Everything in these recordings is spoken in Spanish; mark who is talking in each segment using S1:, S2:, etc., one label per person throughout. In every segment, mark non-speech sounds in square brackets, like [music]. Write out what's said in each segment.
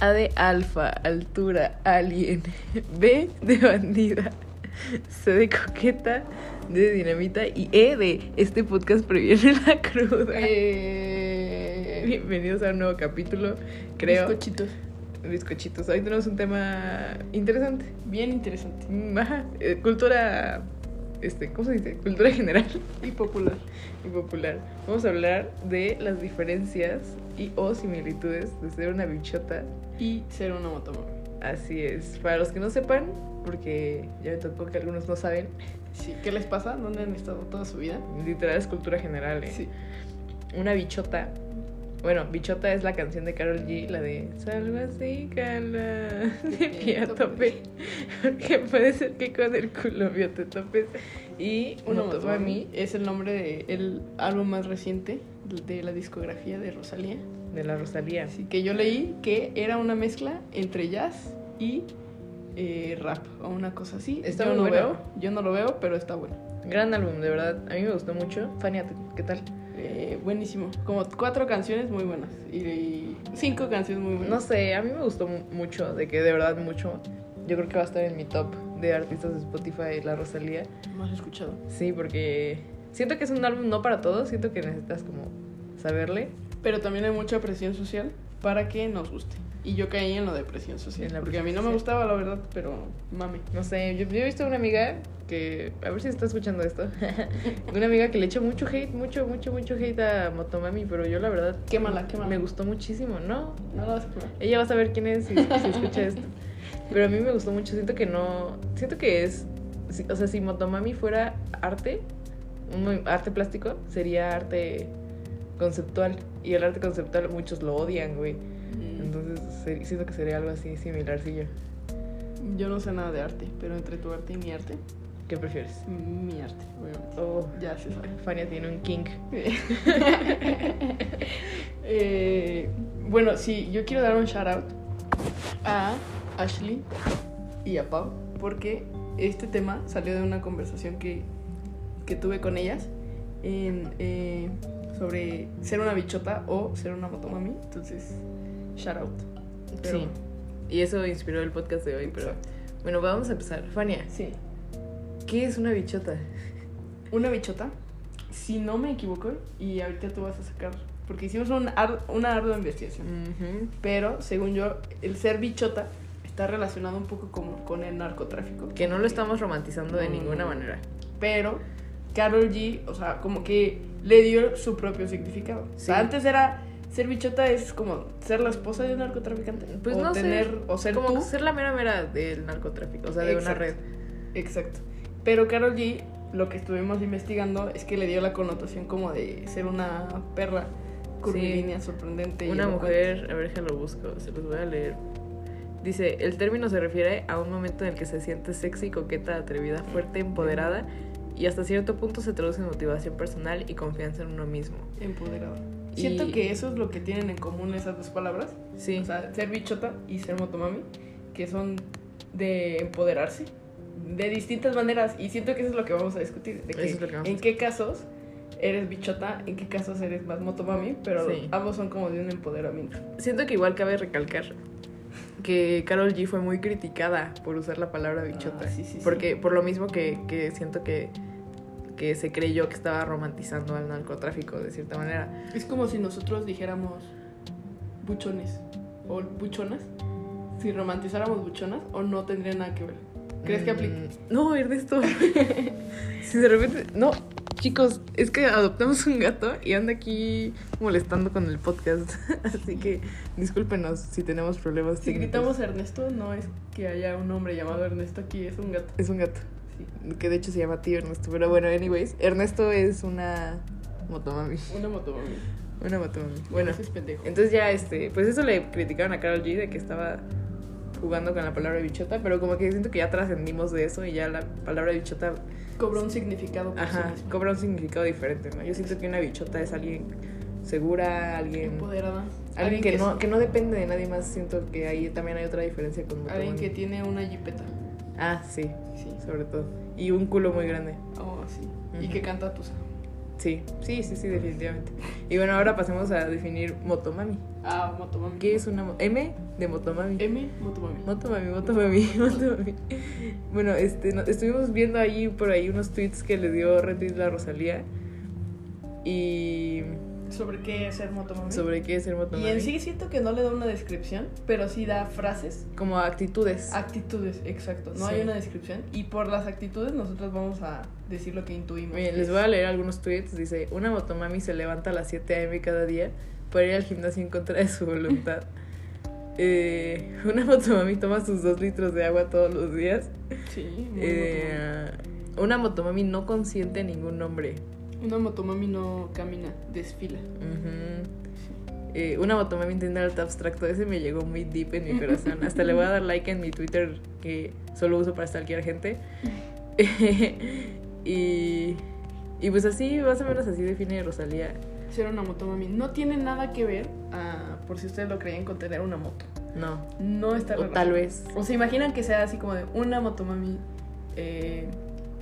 S1: A de alfa, altura, alien. B de bandida. C de coqueta, D de dinamita y E de este podcast previene la cruda.
S2: Eh,
S1: Bienvenidos a un nuevo capítulo, creo.
S2: bizcochitos.
S1: Bizcochitos. Hoy tenemos un tema interesante.
S2: Bien interesante.
S1: Mm, Ajá, eh, cultura. Este, ¿Cómo se dice? Cultura general
S2: Y popular.
S1: y popular. Vamos a hablar de las diferencias y o similitudes de ser una bichota
S2: Y ser una motomami.
S1: Así es. Para los que no sepan, porque ya me tocó que algunos no saben,
S2: Sí, ¿qué les pasa? ¿Dónde han estado toda su vida?
S1: literal es cultura general. ¿eh?
S2: Sí.
S1: Una bichota. Bueno, bichota es la canción de Carol G, la de Salva así, cala, [laughs] de pie a tope. Porque puede ser que con el culo mío te topes. Y uno
S2: Una
S1: topó a
S2: motomami
S1: mí
S2: es el nombre del álbum más reciente de la discografía de Rosalía.
S1: de la Rosalía.
S2: Así que yo leí que era una mezcla entre jazz y eh, rap o una cosa así.
S1: Está
S2: yo
S1: muy
S2: no
S1: bueno.
S2: veo, yo no lo veo, pero está bueno.
S1: Gran álbum, de verdad. A mí me gustó mucho. Fania, ¿qué tal?
S2: Eh, buenísimo. Como cuatro canciones muy buenas. Y, y cinco canciones muy buenas.
S1: No sé, a mí me gustó mu- mucho, de que de verdad mucho. Yo creo que va a estar en mi top de artistas de Spotify, la Rosalía.
S2: más escuchado.
S1: Sí, porque siento que es un álbum no para todos, siento que necesitas como saberle.
S2: Pero también hay mucha presión social para que nos guste. Y yo caí en lo de presión social.
S1: En la
S2: porque a mí no
S1: presión
S2: me
S1: social.
S2: gustaba, la verdad, pero mame.
S1: No sé, yo, yo he visto una amiga que, a ver si está escuchando esto, [laughs] una amiga que le echa mucho hate, mucho, mucho, mucho hate a Motomami, pero yo la verdad...
S2: Quémala, quémala.
S1: Mm, Me gustó muchísimo, ¿no?
S2: No la vas a probar.
S1: Ella va a saber quién es si, si escucha esto. Pero a mí me gustó mucho. Siento que no. Siento que es. si- o sea, si Motomami fuera arte, un mo- arte plástico, sería arte conceptual. Y el arte conceptual muchos lo odian, güey.
S2: Mm,
S1: Entonces se- siento que sería algo así similarcillo.
S2: Yo no sé nada de arte, pero entre tu arte y mi arte,
S1: ¿Qué prefieres?
S2: mi arte, obviamente.
S1: Oh,
S2: Ya se sabe.
S1: Fania tiene un kink.
S2: [laughs] Eh, bueno, sí, yo quiero dar un shout out a Ashley y a Pau, porque este tema salió de una conversación que, que tuve con ellas en, eh, sobre ser una bichota o ser una motomami. Entonces, shout out. Pero-
S1: Sí. Y eso inspiró el podcast de hoy, pero.
S2: Exacto.
S1: Bueno, vamos a empezar. Fania,
S2: Sí.
S1: ¿qué es una bichota?
S2: Una bichota, si no me equivoco, y ahorita tú vas a sacar, porque hicimos un ar- una ardua investigación. Pero, según yo, el ser bichota está relacionado un poco como con el narcotráfico.
S1: Que no lo estamos romantizando de
S2: No, no,
S1: ninguna
S2: no.
S1: manera.
S2: Pero, Carol G, o sea, como que le dio su propio significado. O sea,
S1: Sí.
S2: antes era. Ser bichota es como ser la esposa de un narcotraficante.
S1: Pues
S2: o
S1: no sé,
S2: tener, O ser
S1: como
S2: tú.
S1: ser la mera mera del narcotráfico, o sea, de una
S2: Exacto.
S1: red.
S2: Exacto. Pero Carol G, lo que estuvimos investigando es que le dio la connotación como de ser una perra curvilínea, sorprendente. y
S1: una
S2: elocuente.
S1: mujer, a ver, déjalo busco, se los voy a leer. Dice, el término se refiere a un momento en el que se siente sexy, coqueta, atrevida, fuerte, empoderada y hasta cierto punto se traduce en motivación personal y confianza en uno mismo.
S2: Empoderada.
S1: Y-
S2: Siento que eso es lo que tienen en común esas dos palabras.
S1: Sí,
S2: O sea, ser bichota y ser motomami, que son de empoderarse de distintas maneras. Y siento que eso es lo que vamos a discutir. De que,
S1: Eso es lo que vamos a
S2: en qué casos eres bichota, en qué casos eres más motomami, pero
S1: Sí.
S2: ambos son como de un empoderamiento.
S1: siento que igual cabe recalcar que Carol G fue muy criticada por usar la palabra bichota.
S2: Ah, sí, sí, sí.
S1: Porque por lo mismo que, que siento que, que se creyó que estaba romantizando al narcotráfico de cierta manera.
S2: Es como si nosotros dijéramos buchones o buchonas. Si romantizáramos buchonas o no tendría nada que ver. ¿Crees que aplique?
S1: Mm, No, [laughs] Ernesto. si de repente. No, chicos, es que adoptamos un gato y anda aquí molestando con el podcast. [laughs] Así que discúlpenos si tenemos problemas
S2: Si
S1: técnicos.
S2: gritamos Ernesto, no es que haya un hombre llamado Ernesto aquí, es un gato.
S1: Es un gato,
S2: Sí.
S1: que de hecho se llama tío Ernesto. Pero bueno, anyways, Ernesto es una motomami.
S2: Una motomami.
S1: Una motomami. Bueno,
S2: Ese es pendejo.
S1: entonces ya este. Pues eso le criticaron a Carol G de que estaba jugando con la palabra bichota, pero como que siento que ya trascendimos de eso y ya la palabra bichota
S2: Cobró un significado por sí
S1: Ajá,
S2: mismo.
S1: cobra un significado diferente, ¿no? Yo siento que una bichota es alguien segura, alguien...
S2: Empoderada.
S1: Alguien que, no,
S2: es-
S1: que no depende de nadie más, siento que ahí también hay otra diferencia con Motomami.
S2: Alguien que tiene una jipeta.
S1: Ah, sí,
S2: Sí.
S1: sobre todo. Y un culo muy grande.
S2: Oh, sí. Y
S1: Ujú.
S2: que canta tusa.
S1: Sí, sí, sí, sí, definitivamente. Y bueno, ahora pasemos a definir motomami.
S2: Ah, Motomami.
S1: ¿Qué es una mo- M de motomami?
S2: M, Motomami.
S1: Motomami, motomami, [laughs] motomami. Bueno, este, no- estuvimos viendo ahí por ahí unos tweets que le dio retweet la Rosalía y
S2: ¿Sobre qué hacer Motomami?
S1: sobre qué es el motomami.
S2: Y en sí siento que no le da una descripción, pero sí da frases,
S1: Como actitudes.
S2: Ah, actitudes, exacto. No
S1: Sí.
S2: hay una descripción. Y por las actitudes nosotros vamos a decir lo que intuimos.
S1: Miren, les voy a leer algunos tweets. Dice, una motomami se levanta a las 7 a.m. cada día para ir al gimnasio en contra de su voluntad. Eh, una motomami toma sus 2 litros de agua todos los días.
S2: Sí, muy
S1: Eh, una motomami no consiente ningún nombre.
S2: motomami. Una motomami no camina, desfila.
S1: Ujú. Eh, una motomami entiende arte abstracto. Ese me llegó muy deep en mi corazón. Hasta le voy a dar like en mi Twitter que solo uso para stalkear gente. [laughs] y, y pues así, más o menos así define Rosalía.
S2: Ser una motomami no tiene nada que ver, ah, por si ustedes lo creían, con tener una moto.
S1: No.
S2: No está
S1: O
S2: relacionado.
S1: tal vez.
S2: O se imaginan que sea así como de una motomami eh,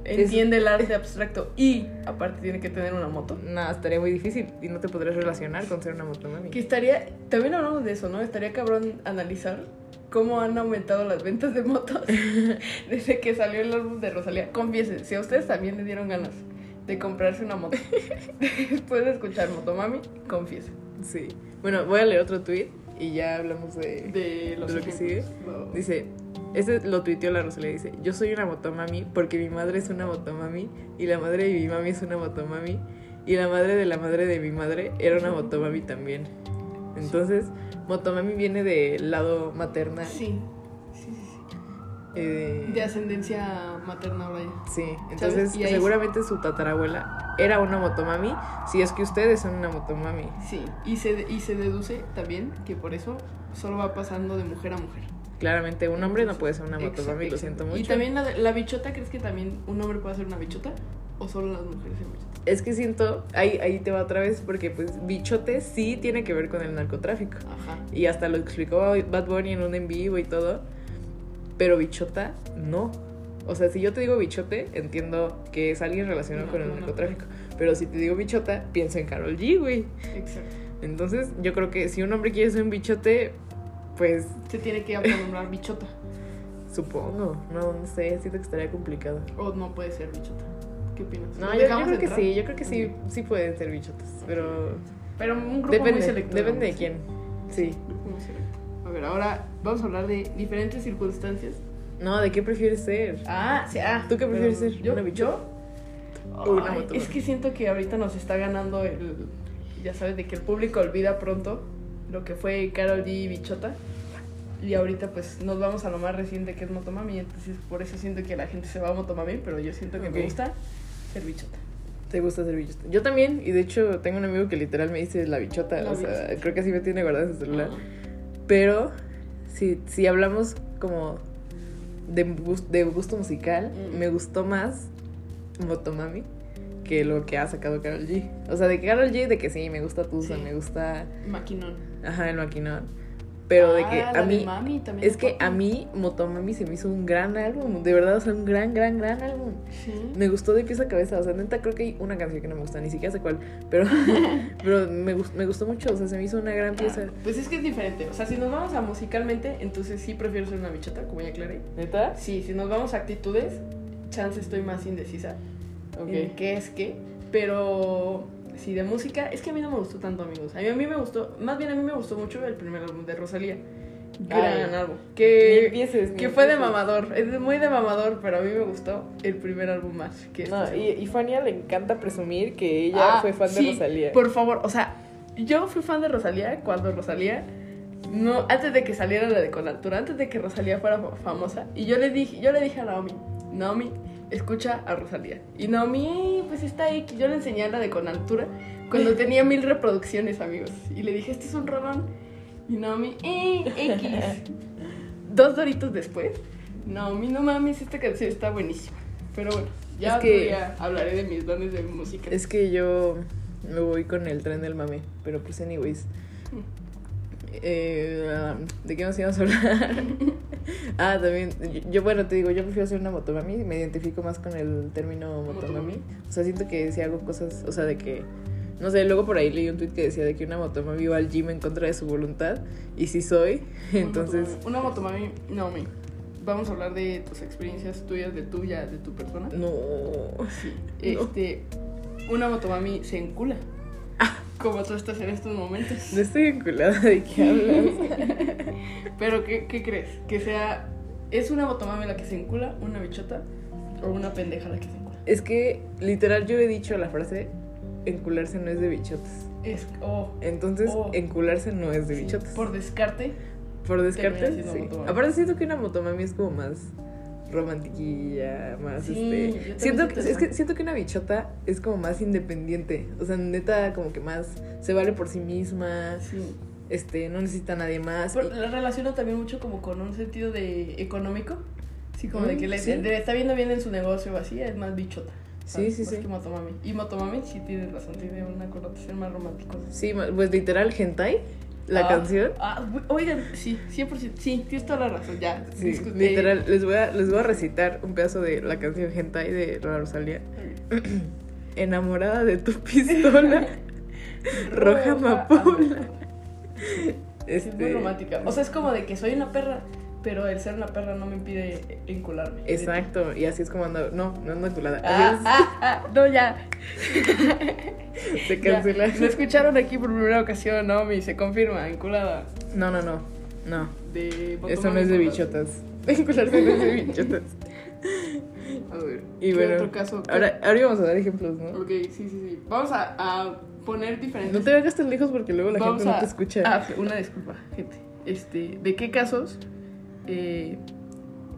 S1: Es-
S2: entiende el arte abstracto y aparte tiene que tener una moto.
S1: Nada, estaría muy difícil y no te podrías relacionar con ser una motomami.
S2: Que estaría, también hablamos de eso, ¿no? Estaría cabrón analizar cómo han aumentado las ventas de motos [laughs] desde que salió el álbum de Rosalía. Confiesen, si a ustedes también les dieron ganas de comprarse una moto [laughs] después de escuchar Motomami, confiesen.
S1: Sí. Bueno, voy a leer otro tweet y ya hablamos de...
S2: De,
S1: los ejemplos,
S2: sigue.
S1: Dice, ese lo tuiteó la Rosalía, dice, yo soy una motomami porque mi madre es una motomami y la madre de mi mami es una motomami y la madre de la madre de mi madre era una motomami también. Entonces, motomami viene del lado maternal.
S2: Sí, sí, sí,
S1: eh,
S2: sí. De ascendencia materna ahora ya.
S1: sí, entonces
S2: Y ahí-
S1: seguramente su tatarabuela era una motomami, si es que ustedes son una motomami.
S2: Sí, y se, y se deduce también que por eso solo va pasando de mujer a mujer.
S1: Claramente un hombre no puede ser una motomami, lo
S2: Exacto,
S1: siento
S2: exacto.
S1: mucho.
S2: Y también la, la bichota, ¿crees que también un hombre puede hacer una bichota? ¿O solo las mujeres en bichota?
S1: Es que siento, ahí, ahí te va otra vez, porque pues bichote sí tiene que ver con el narcotráfico.
S2: Ajá.
S1: Y hasta lo explicó Bad Bunny en un en vivo y todo. Pero bichota, no. O sea, si yo te digo bichote, entiendo que es alguien relacionado
S2: No,
S1: con el
S2: no, no.
S1: narcotráfico. Pero si te digo bichota, pienso en Carol G, güey.
S2: Exacto.
S1: Entonces, yo creo que si un hombre quiere ser un bichote, pues
S2: Se tiene que nombrar bichota.
S1: supongo. No, no sé, siento que estaría complicado.
S2: O no puede ser bichota. ¿Qué opinas?
S1: No,
S2: ¿Lo
S1: yo, yo
S2: dejamos
S1: creo que
S2: entrar?
S1: sí, yo creo que sí, sí pueden ser bichotas. Pero
S2: Pero un grupo muy
S1: depende,
S2: selecto.
S1: depende de
S2: digamos.
S1: quién. Sí.
S2: Un grupo muy selecto. A ver, ahora vamos a hablar de diferentes circunstancias.
S1: No, ¿de qué prefieres ser?
S2: Ah, sí, ah.
S1: ¿Tú qué prefieres
S2: pero
S1: ser?
S2: ¿Yo?
S1: ¿Una bichota?
S2: yo-
S1: ¿O una
S2: Ay,
S1: motomami?
S2: es que siento que ahorita nos está ganando el... Ya sabes, de que el público olvida pronto lo que fue Carol G y Bichota. Y ahorita pues nos vamos a lo más reciente que es Motomami. Entonces por eso siento que la gente se va a Motomami, pero yo siento que
S1: Ok.
S2: me gusta ser bichota.
S1: ¿Te gusta ser bichota? Yo también, y de hecho tengo un amigo que literal me dice la bichota,
S2: La
S1: o sea,
S2: bichota. Ah.
S1: creo que así me tiene guardada en su celular. Pero si, si hablamos como de, gus- de gusto musical,
S2: Mm.
S1: me gustó más Motomami que lo que ha sacado Carol G. O sea, de que Carol G, de que sí, me gusta Tusa,
S2: Sí.
S1: me gusta,
S2: Maquinón.
S1: ajá, el maquinón. Pero de que
S2: Ah,
S1: a
S2: la de
S1: mí,
S2: Mami también
S1: es que
S2: está
S1: a
S2: cool.
S1: mí Motomami se me hizo un gran álbum, de verdad, o sea, un gran, gran, gran álbum.
S2: Sí.
S1: Me gustó de pies a cabeza, o sea, neta creo que hay una canción que no me gusta, ni siquiera sé cuál, pero, [laughs] pero me, gus- me gustó mucho, o sea, se me hizo una gran pieza.
S2: Pues es que es diferente. O sea, si nos vamos a musicalmente, entonces sí prefiero ser una bichota, como ya aclaré.
S1: ¿Neta?
S2: Sí, si nos vamos a actitudes, chance estoy más indecisa.
S1: Ok.
S2: en ¿Qué es qué? Pero sí, de música, es que a mí no me gustó tanto, amigos. A mí, a mí me gustó, más bien a mí me gustó mucho el primer álbum de Rosalía. Gran
S1: Ay.
S2: álbum.
S1: Ni
S2: Que,
S1: empieces, ni
S2: que fue de
S1: empieces.
S2: mamador. Es de- muy de mamador, pero a mí me gustó el primer álbum más. Que este
S1: No, y,
S2: segundo.
S1: y Fania le encanta presumir que ella
S2: Ah,
S1: fue fan
S2: sí,
S1: de Rosalía.
S2: Por favor, o sea, yo fui fan de Rosalía cuando Rosalía. No, antes de que saliera la de Con Altura, antes de que Rosalía fuera fa- famosa. Y yo le dije, yo le dije a Naomi, Naomi, escucha a Rosalía. Y Naomi, pues está ahí, que yo le enseñé la de Con Altura
S1: [laughs]
S2: cuando tenía mil reproducciones, amigos. Y le dije, este es un rolón. Y Naomi, "Eh, X.
S1: [laughs]
S2: Dos doritos después, Naomi, no mames, esta canción está buenísima. Pero bueno, ya
S1: Es
S2: otro
S1: que-
S2: día hablaré de mis dones de música.
S1: Es que yo me voy con el tren del mame, pero pues anyways. Eh, ¿De qué nos íbamos a [laughs] hablar? ah, también. Yo, yo, bueno, te digo, yo prefiero ser una motomami. Me identifico más con el término motomami.
S2: Motomami.
S1: O sea, siento que si hago cosas. O sea, de que. No sé, luego por ahí leí un tweet que decía de que una motomami va al gym en contra de su voluntad. Y sí soy. [laughs] Entonces.
S2: Una motomami, no, mi. Vamos a hablar de tus experiencias tuyas, de tuya, de tu persona.
S1: No. [laughs]
S2: Este, una motomami se encula. Como tú estás en estos momentos.
S1: Ah. No estoy vinculada de qué hablas.
S2: [laughs] Pero, ¿qué, qué crees? ¿Que sea. ¿Es una motomami la que se encula, una bichota o una pendeja la que se encula?
S1: es que, literal, yo he dicho la frase: encularse no es de bichotes.
S2: Es. Oh.
S1: Entonces,
S2: Oh.
S1: encularse no es de
S2: sí,
S1: bichotes.
S2: Por descarte.
S1: Por descarte,
S2: Termina siendo
S1: sí.
S2: motomami.
S1: Aparte siento que una motomami es como más romantiquilla, más
S2: Sí, yo
S1: este.
S2: también
S1: Siento que,
S2: siento
S1: es que
S2: eso.
S1: siento que una bichota es como más independiente. O sea, neta, como que más se vale por sí misma.
S2: Sí.
S1: Este, no necesita a nadie más.
S2: Pero la relaciono también mucho como con un sentido de económico. Sí, como de que
S1: Mm,
S2: le,
S1: sí.
S2: le está viendo bien en su negocio o así, es más bichota.
S1: sí, sí,
S2: Más
S1: sí.
S2: Pues que motomami. Y motomami sí tiene razón, tiene una connotación más romántica.
S1: Sí, ma- pues literal, hentai, la
S2: Ah,
S1: canción.
S2: Ah, we- oigan, sí, 100%, sí, tienes toda la razón, ya.
S1: Sí,
S2: discutí.
S1: literal, les voy, a, les voy a recitar un pedazo de la canción hentai de la Rosalía. Enamorada de tu pistola,
S2: [laughs]
S1: roja amapola.
S2: Es muy
S1: [laughs] Este,
S2: romántica. O sea, es como de que soy una perra, pero el ser una perra no me impide eh, vincularme.
S1: Exacto, y así es como ando. No, no ando enculada.
S2: Ah,
S1: Adiós,
S2: ah, ah, no, ya.
S1: se
S2: Ya,
S1: cancela.
S2: Lo escucharon aquí por primera ocasión, Naomi, se confirma, enculada.
S1: No, no, no. No,
S2: De
S1: eso no es de bichotas. [laughs] Encularse no es de bichotas.
S2: A ver.
S1: Y
S2: ¿qué
S1: bueno,
S2: otro caso? ¿Qué-
S1: Ahora, ahora íbamos a dar ejemplos, ¿no?
S2: Ok, sí, sí, sí. Vamos a, a poner diferentes.
S1: No te vayas tan lejos porque luego la
S2: Vamos
S1: gente no
S2: a-
S1: te escucha.
S2: Ah, una disculpa, gente. Este, ¿de qué casos eh,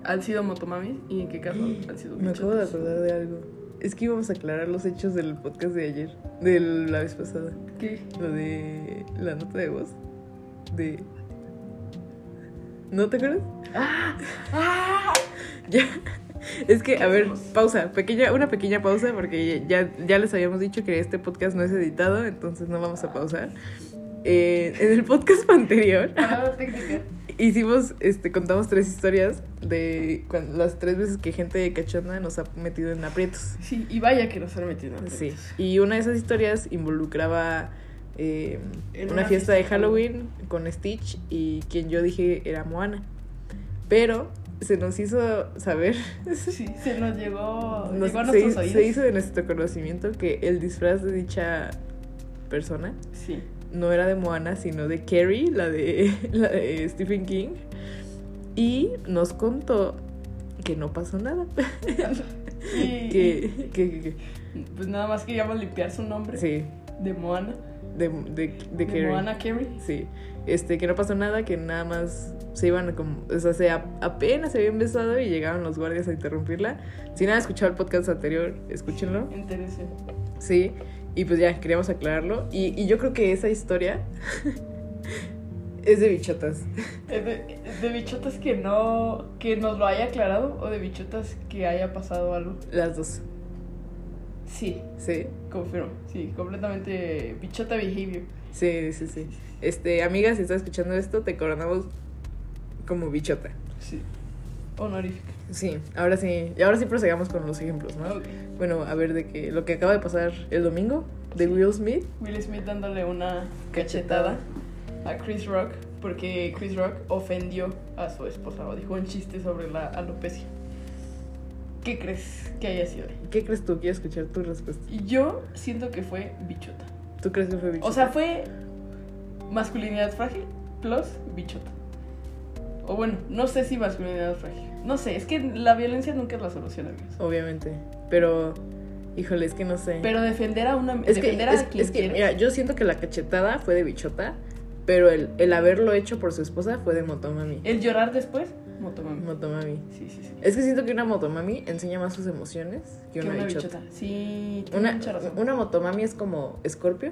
S2: han sido motomamis y en
S1: [gasps]
S2: qué casos han sido
S1: Me acabo de
S2: bichotas?
S1: acordar de algo. Es que íbamos a aclarar los hechos del podcast de ayer, de la vez pasada.
S2: ¿Qué?
S1: Lo de la nota de voz. De. ¿No te acuerdas? [laughs]
S2: ¡Ah!
S1: Ya. Es que, a ver,
S2: hacemos?
S1: pausa, pequeña, una pequeña pausa, porque ya, ya les habíamos dicho que este podcast no es editado, entonces no vamos a pausar. Eh, en el podcast [laughs] anterior
S2: Palabra técnica.
S1: hicimos, este, contamos tres historias de cuan- las tres veces que gente cachona nos ha metido en aprietos.
S2: Sí, y vaya que nos han metido. en
S1: Sí,
S2: aprietos.
S1: y una de esas historias involucraba eh,
S2: En
S1: una,
S2: una
S1: fiesta
S2: fiesta
S1: de
S2: de Halloween.
S1: Halloween con Stitch y quien yo dije era Moana. Pero se nos hizo
S2: [laughs]
S1: saber,
S2: Sí, se nos llegó.
S1: nos-
S2: llegó a
S1: se,
S2: nuestros
S1: se
S2: oídos.
S1: hizo de nuestro conocimiento que el disfraz de dicha persona
S2: Sí.
S1: no era de Moana, sino de Carrie, la de, [laughs] la de Stephen King. Y nos contó que no pasó nada. [laughs]
S2: Y,
S1: que, que, que- que-
S2: y, pues nada más queríamos limpiar su nombre
S1: sí,
S2: de Moana.
S1: de, de, de
S2: De,
S1: Carrie.
S2: Moana Carey.
S1: Sí, este, que no pasó nada, que nada más se iban como, o sea, se a- apenas se habían besado y llegaron los guardias a interrumpirla. Si no han escuchado el podcast anterior, escúchenlo.
S2: Interesante.
S1: Sí, y pues ya, queríamos aclararlo. Y, y yo creo que esa historia [laughs] es de bichotas.
S2: Es Eh, De, de bichotas que no. que nos lo haya aclarado o de bichotas que haya pasado algo.
S1: Las dos,
S2: Sí,
S1: sí,
S2: confirmo. Sí, completamente bichota behavior.
S1: sí, sí, sí. Este, amiga, si estás escuchando esto, te coronamos como bichota.
S2: Sí. Honorífica.
S1: Sí, ahora sí, y ahora sí prosigamos con los ejemplos, ¿no?
S2: Ok.
S1: Bueno, a ver, de que lo que acaba de pasar el domingo, de
S2: Sí.
S1: Will Smith.
S2: Will Smith dándole una cachetada a Chris Rock porque Chris Rock ofendió a su esposa o dijo un chiste sobre la alopecia. ¿Qué crees que haya sido?
S1: ¿Qué crees tú? Quiero escuchar tu respuesta.
S2: Y Yo siento que fue bichota.
S1: ¿Tú crees que fue bichota?
S2: O sea, fue masculinidad frágil plus bichota. O bueno, no sé si masculinidad frágil. No sé, es que la violencia nunca es la solución, amigos.
S1: obviamente. Pero, híjole, es que no sé.
S2: Pero defender a una
S1: es que,
S2: defender
S1: es,
S2: a quien
S1: es que,
S2: quieres.
S1: mira, yo siento que la cachetada fue de bichota, pero el, el haberlo hecho por su esposa fue de motomami.
S2: El llorar después, motomami.
S1: Motomami.
S2: Sí, sí, sí.
S1: Es que siento que una motomami enseña más sus emociones que
S2: Que
S1: una,
S2: una
S1: bichota.
S2: Sí, tiene
S1: Una,
S2: mucha razón.
S1: una motomami es como escorpio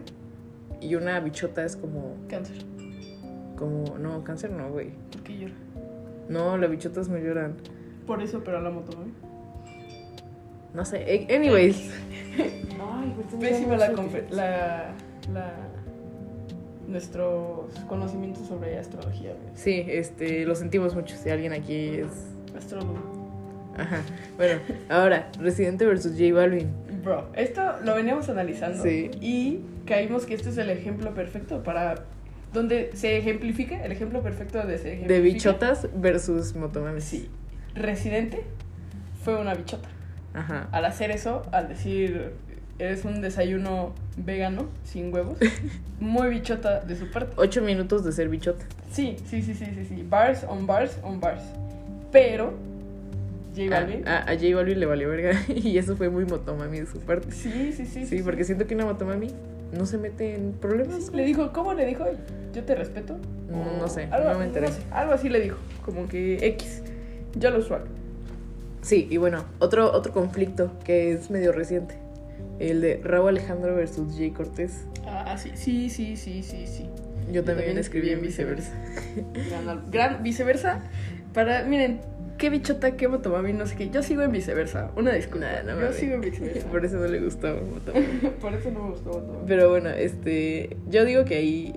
S1: y una bichota es como,
S2: Cáncer.
S1: como, no, cáncer no, güey.
S2: ¿Por qué llora?
S1: No, las bichotas no lloran.
S2: Por eso, pero a la moto,
S1: No sé. eh, Anyways.
S2: Pésima la, confe- la, la nuestros conocimientos sobre astrología. güey.
S1: Sí, este, lo sentimos mucho si alguien aquí es...
S2: Astrólogo.
S1: Ajá. Bueno, ahora, Residente versus J Balvin.
S2: Bro, esto lo veníamos analizando
S1: Sí.
S2: y caímos que este es el ejemplo perfecto para donde se ejemplifica, el ejemplo perfecto de se
S1: De
S2: ejemplifica.
S1: bichotas versus motomames.
S2: Sí. Residente fue una bichota.
S1: Ajá.
S2: Al hacer eso, al decir eres un desayuno vegano sin
S1: [laughs]
S2: huevos, muy bichota de su parte.
S1: Ocho minutos de ser bichota.
S2: Sí, sí, sí, sí, sí, sí. Bars on bars on bars. Pero J Balvin.
S1: A, a- a J Balvin le valió verga. [laughs] Y eso fue muy motomami de su parte.
S2: Sí, sí, sí.
S1: Sí, porque siento que una motomami no se mete en problemas.
S2: Le dijo, ¿cómo le dijo? Yo te respeto.
S1: No, no sé,
S2: algo,
S1: no me enteré.
S2: sé, algo así le dijo, como que X. Ya lo usual.
S1: Sí, y bueno, otro, otro conflicto que es medio reciente. El de Raúl Alejandro versus J Cortés.
S2: Ah, sí, sí, sí, sí, sí, sí.
S1: Yo también escribí en viceversa.
S2: Gran, gran viceversa. Para, miren, qué bichota, qué motomami, no sé qué. Yo sigo en viceversa. Una disculpa.
S1: Nah, no
S2: Yo
S1: mames.
S2: sigo en viceversa.
S1: [laughs] Por eso no le gustaba motomami.
S2: [laughs] Por eso no me gustó motomami.
S1: Pero bueno, este. Yo digo que ahí.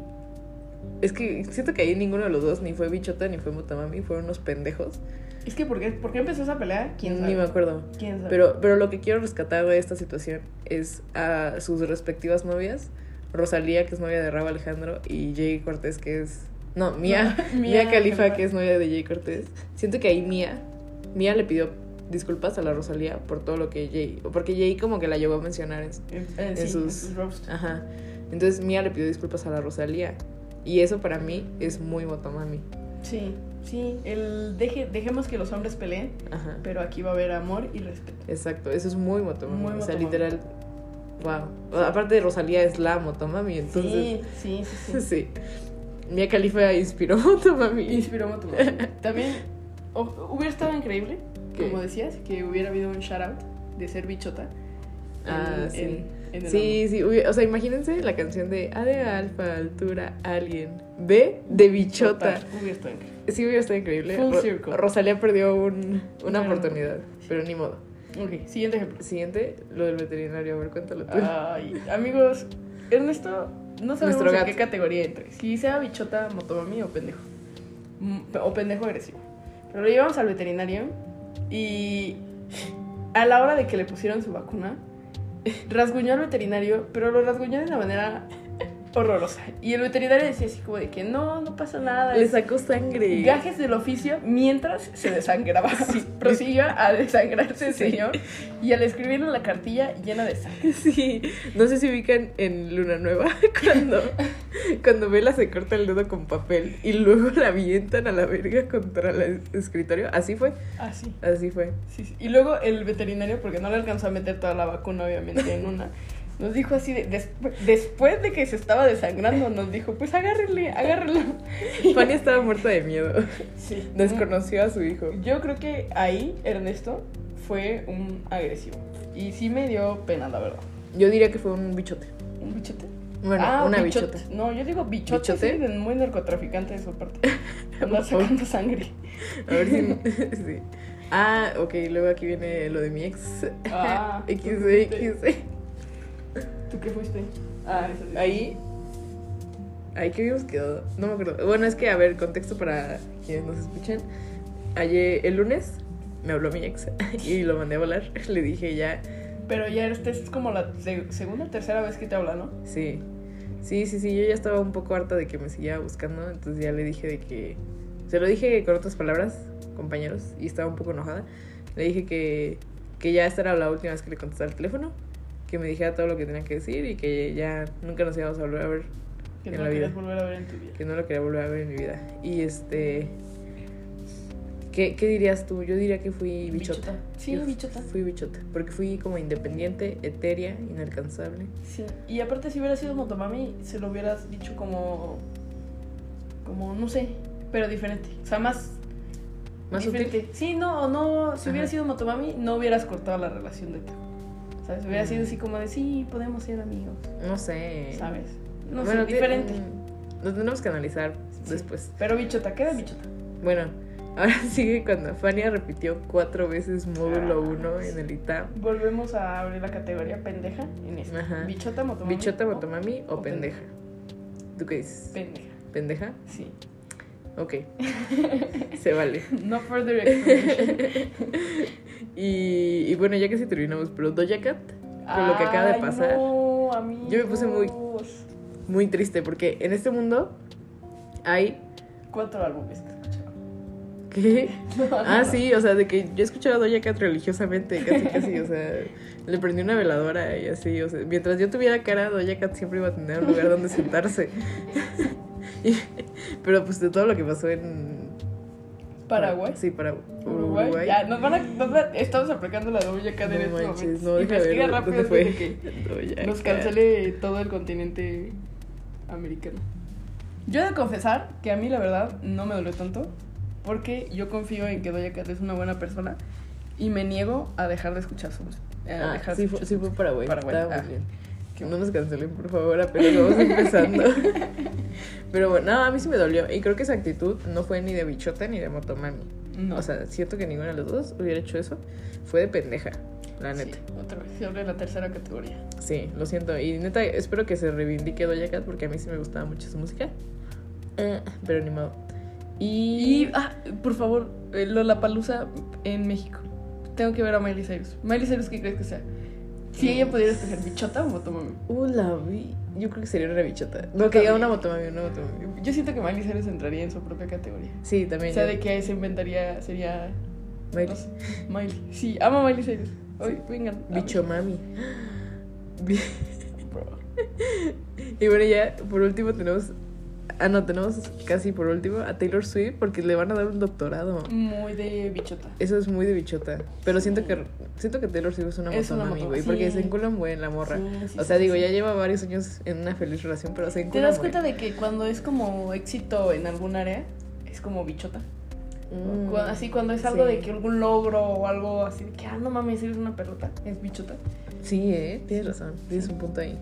S1: Es que siento que ahí ninguno de los dos, ni fue Bichota ni fue Motomami, fueron unos pendejos.
S2: Es que, ¿por qué, por qué empezó esa pelea? ¿Quién
S1: Ni me
S2: sabe?
S1: acuerdo.
S2: ¿Quién sabe?
S1: Pero, pero lo que quiero rescatar de esta situación es a sus respectivas novias. Rosalía, que es novia de Rabo Alejandro, y Jay Cortés, que es. No, Mía. [laughs] Mía, Califa, que es novia de Jay Cortés. Siento que ahí Mía. Mía le pidió disculpas a la Rosalía por todo lo que Jay. Porque Jay como que la llegó a mencionar en,
S2: En, en- Eh, sí, en
S1: sus- Ah.
S2: sus roasts.
S1: Ajá. Entonces Mía le pidió disculpas a la Rosalía. Y eso para mí es muy motomami.
S2: Sí, sí. El deje, dejemos que los hombres peleen,
S1: Ajá.
S2: pero aquí va a haber amor y respeto.
S1: Exacto, eso es muy motomami.
S2: Muy
S1: o sea,
S2: motomami.
S1: literal. Wow. Aparte de Rosalía es la motomami, entonces.
S2: sí, sí,
S1: [laughs]
S2: sí.
S1: Sí. Mía Califa inspiró [laughs] motomami.
S2: Inspiró motomami. [laughs] También o- hubiera estado increíble,
S1: ¿Qué?
S2: como decías, que hubiera habido un shout out de ser bichota. en-
S1: Ah, sí.
S2: en- en el
S1: Sí, sí, hubi- o sea, imagínense la canción de A de alfa, altura, alguien, B de bichota.
S2: Total, Hubiera estado increíble.
S1: Sí, hubiera estado increíble.
S2: Full circle.
S1: Rosalía perdió un- una
S2: Claro.
S1: oportunidad, pero ni modo.
S2: Ok, siguiente ejemplo.
S1: Siguiente, lo del veterinario, a ver, cuéntalo
S2: Ah,
S1: tú.
S2: Ay, amigos, Ernesto, no sabemos
S1: Nuestro
S2: en
S1: gato.
S2: qué categoría entre. Si sea bichota, motomami o pendejo. Mm, O pendejo agresivo. Pero lo llevamos al veterinario y a la hora de que le pusieron su vacuna, [laughs] rasguñó al veterinario, pero lo rasguñó de una manera horrorosa. Y el veterinario decía así como de que no, no pasa nada.
S1: Le
S2: es
S1: sacó sangre.
S2: Gajes del oficio mientras
S1: [laughs]
S2: se desangraba. Prosiguió a desangrarse el
S1: Sí.
S2: señor y al escribirle la cartilla llena de
S1: [laughs]
S2: sangre.
S1: Sí. No sé si ubican en Luna Nueva [laughs] cuando, cuando Vela se corta el dedo con papel y luego la avientan a la verga contra el escritorio. Así fue,
S2: Ah, sí.
S1: así fue.
S2: Sí, sí. Y luego el veterinario, porque no le alcanzó a meter toda la vacuna, obviamente, en [laughs] una, nos dijo así, de, despu- después de que se estaba desangrando, nos dijo, pues agárrenle, agárrenlo.
S1: Fanny estaba muerta de miedo.
S2: [laughs] Sí.
S1: Desconoció a su hijo.
S2: Yo creo que ahí Ernesto fue un agresivo. Y sí me dio pena, la verdad.
S1: Yo diría que fue un bichote.
S2: ¿Un bichote?
S1: Bueno,
S2: Ah,
S1: una
S2: bichot-
S1: bichota.
S2: No, yo digo bichote,
S1: ¿Bichote?
S2: sí, de muy narcotraficante de su parte.
S1: [laughs]
S2: Andar sacando sangre.
S1: A ver si.
S2: [laughs]
S1: [laughs] sí. Ah, ok, luego aquí viene lo de mi ex. [laughs]
S2: Ah, tú
S1: XD,
S2: fuiste.
S1: XD.
S2: ¿Tú qué fuiste? Ah, eso sí.
S1: Ahí. Ahí que habíamos quedado. No me acuerdo. Bueno, es que, a ver, contexto para quienes nos escuchan. Ayer, el lunes, me habló mi ex [laughs] y lo mandé a volar. [laughs] Le dije ya,
S2: Pero ya esta es como la seg- segunda o tercera vez que te habla, ¿no?
S1: sí. Sí, sí, sí. Yo ya estaba un poco harta de que me siguiera buscando. Entonces ya le dije de que. Se lo dije con otras palabras, compañeros, y estaba un poco enojada. Le dije que, que ya esta era la última vez que le contestaba el teléfono, que me dijera todo lo que tenía que decir y que ya nunca nos íbamos a volver a ver
S2: Que
S1: En
S2: no
S1: la
S2: la quieres
S1: vida.
S2: volver a ver en tu vida.
S1: que no lo quería volver a ver en mi vida. Y este. ¿Qué, qué dirías tú? Yo diría que fui bichota.
S2: Sí,
S1: Yo
S2: bichota.
S1: Fui bichota. Porque fui como independiente, etérea, inalcanzable.
S2: Sí. Y aparte, si hubiera sido Motomami, se lo hubieras dicho como. como, no sé, pero diferente. O sea, más.
S1: Más
S2: diferente.
S1: útil.
S2: Sí, no, o no. Si hubiera
S1: Ajá.
S2: sido Motomami, no hubieras cortado la relación de ti. ¿Sabes? Hubiera
S1: Mm.
S2: sido así como de, sí, podemos ser amigos.
S1: No sé.
S2: ¿Sabes? No
S1: Bueno,
S2: sé,
S1: te-
S2: diferente.
S1: mm, Lo tendremos que analizar
S2: Sí.
S1: después.
S2: Pero bichota, queda bichota.
S1: Bueno, [laughs] ahora sigue cuando Fania repitió cuatro veces módulo
S2: Ah,
S1: 1
S2: sí.
S1: en el ITAM.
S2: Volvemos a abrir la categoría pendeja en esta.
S1: Ajá.
S2: Bichota, Motomami.
S1: Bichota,
S2: o-
S1: motomami o
S2: o pendeja.
S1: pendeja. ¿Tú qué dices?
S2: Pendeja.
S1: ¿Pendeja?
S2: Sí. [laughs]
S1: Ok. Se vale.
S2: No further explanation.
S1: [laughs] Y, y bueno, ya casi terminamos, pero Doja Cat, Con lo que acaba de
S2: Ay,
S1: pasar,
S2: no,
S1: yo me puse muy-
S2: amigos.
S1: muy triste, porque en este mundo hay...
S2: Cuatro álbumes que escuchaba. [laughs]
S1: ¿Qué?
S2: No,
S1: Ah,
S2: no.
S1: sí, o sea, de que yo escuchaba a Doja Cat religiosamente, casi, casi, o sea, le prendí una veladora y así, o sea, mientras yo tuviera cara, Doja Cat siempre iba a tener un lugar donde sentarse. [laughs] Y- pero pues de todo lo que pasó en...
S2: Paraguay.
S1: Sí, para
S2: Uruguay.
S1: Uruguay.
S2: Ya, nos van a, nos van- estamos aplicando la doble acá en
S1: No
S2: este
S1: manches,
S2: momento.
S1: no, deja
S2: Investiga
S1: ver dónde
S2: rápido antes
S1: fue.
S2: de que
S1: Doja
S2: nos
S1: Cat.
S2: cancele todo el continente americano. Yo he de confesar que a mí la verdad no me dolió tanto porque yo confío en que Doja Cat es una buena persona y me niego a dejar de escuchar su música. a
S1: Ah,
S2: dejar de
S1: sí, fue,
S2: escuchar
S1: sí
S2: su
S1: fue Paraguay.
S2: Paraguay,
S1: Estábamos
S2: ah.
S1: bien.
S2: Qué
S1: no nos cancelen, por favor, apenas
S2: [laughs]
S1: vamos empezando. Pero bueno, no, a mí sí me dolió. Y creo que esa actitud no fue ni de bichota ni de motomami.
S2: música. No.
S1: O sea, siento que ninguno de los dos hubiera hecho eso. Fue de pendeja, la
S2: Sí,
S1: neta.
S2: otra vez, se abre la tercera categoría.
S1: Sí, lo siento. Y neta, espero que se reivindique Doja Cat porque a mí sí me gustaba mucho su música. Eh, Pero ni modo. Y.
S2: Y, ah, por favor, Lola Palusa en México. Tengo que ver a Miley Cyrus. Miley Cyrus, ¿qué crees que sea? Si
S1: Mm.
S2: ella pudiera escoger bichota o motomami.
S1: Uh, la vi. Yo creo que sería una bichota. No,
S2: Yo
S1: que diga
S2: también.
S1: una motomami, una motomami.
S2: Yo siento que Miley Cyrus entraría en su propia categoría.
S1: Sí,
S2: O
S1: también.
S2: sea,
S1: yo-
S2: de que se inventaría, sería.
S1: Miley.
S2: No sé, Miley. Sí, amo a Miley Cyrus. Hoy, vengan. a
S1: Bicho
S2: [laughs]
S1: mami. Bi-
S2: México, bro.
S1: Y bueno, ya por último tenemos. Ah, no, tenemos casi por último a Taylor Swift porque le van a dar un doctorado.
S2: Muy de bichota.
S1: Eso es muy de bichota. Pero siento que siento que Taylor Swift es una
S2: Es una
S1: motomami,
S2: moto-
S1: güey. Porque
S2: sí.
S1: se enculan buen la morra.
S2: Sí, sí,
S1: o sea,
S2: sí,
S1: digo,
S2: sí.
S1: ya lleva varios años en una feliz relación, pero se
S2: ¿Te
S1: enculan.
S2: das cuenta de que cuando es como éxito en algún área, es como bichota?
S1: Mm.
S2: Cu- así cuando es algo de que algún logro o algo así de que, ah, no mames, eres una pelota, es bichota.
S1: Sí, eh, tienes razón. Tienes un punto ahí.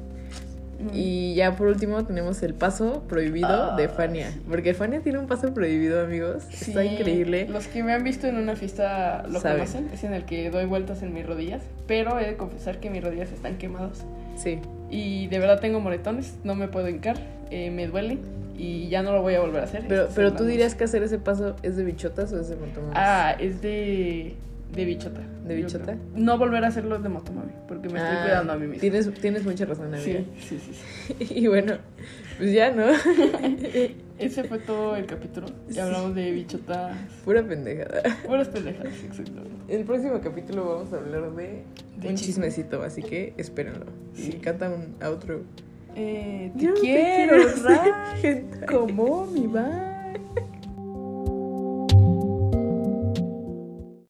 S2: Mm.
S1: Y ya por último tenemos el paso prohibido de
S2: Ah,
S1: Fania.
S2: sí.
S1: Porque Fania tiene un paso prohibido, amigos.
S2: Sí,
S1: Está increíble.
S2: Los que me han visto en una fiesta lo
S1: Saben.
S2: conocen, es en el que doy vueltas en mis rodillas, pero he de confesar que mis rodillas están quemadas.
S1: Sí.
S2: Y de verdad tengo moretones, no me puedo hincar, eh, me duele y ya no lo voy a volver a hacer.
S1: Pero,
S2: Estas
S1: pero
S2: son
S1: tú
S2: las-
S1: dirías que hacer ese paso es de bichotas o es de motomami.
S2: Ah, es de, de bichota.
S1: ¿De
S2: yo
S1: bichota?
S2: creo. No volver a hacerlo de motomami, porque me estoy
S1: Ah,
S2: cuidando a mí misma.
S1: Tienes, tienes mucha razón, amiga.
S2: Sí, sí, sí, sí.
S1: [laughs] Y bueno, pues ya, ¿no? [laughs]
S2: Ese fue todo el capítulo.
S1: Sí.
S2: Ya hablamos de bichota.
S1: Pura pendejada.
S2: Puras pendejadas, exacto.
S1: El próximo capítulo vamos a hablar de,
S2: De
S1: un
S2: chisme.
S1: chismecito, así que espérenlo.
S2: Sí.
S1: Y canta un outro.
S2: Eh, te
S1: Yo
S2: quiero, [laughs]
S1: quiero,
S2: Ra,
S1: [laughs] gente.
S2: como mi va.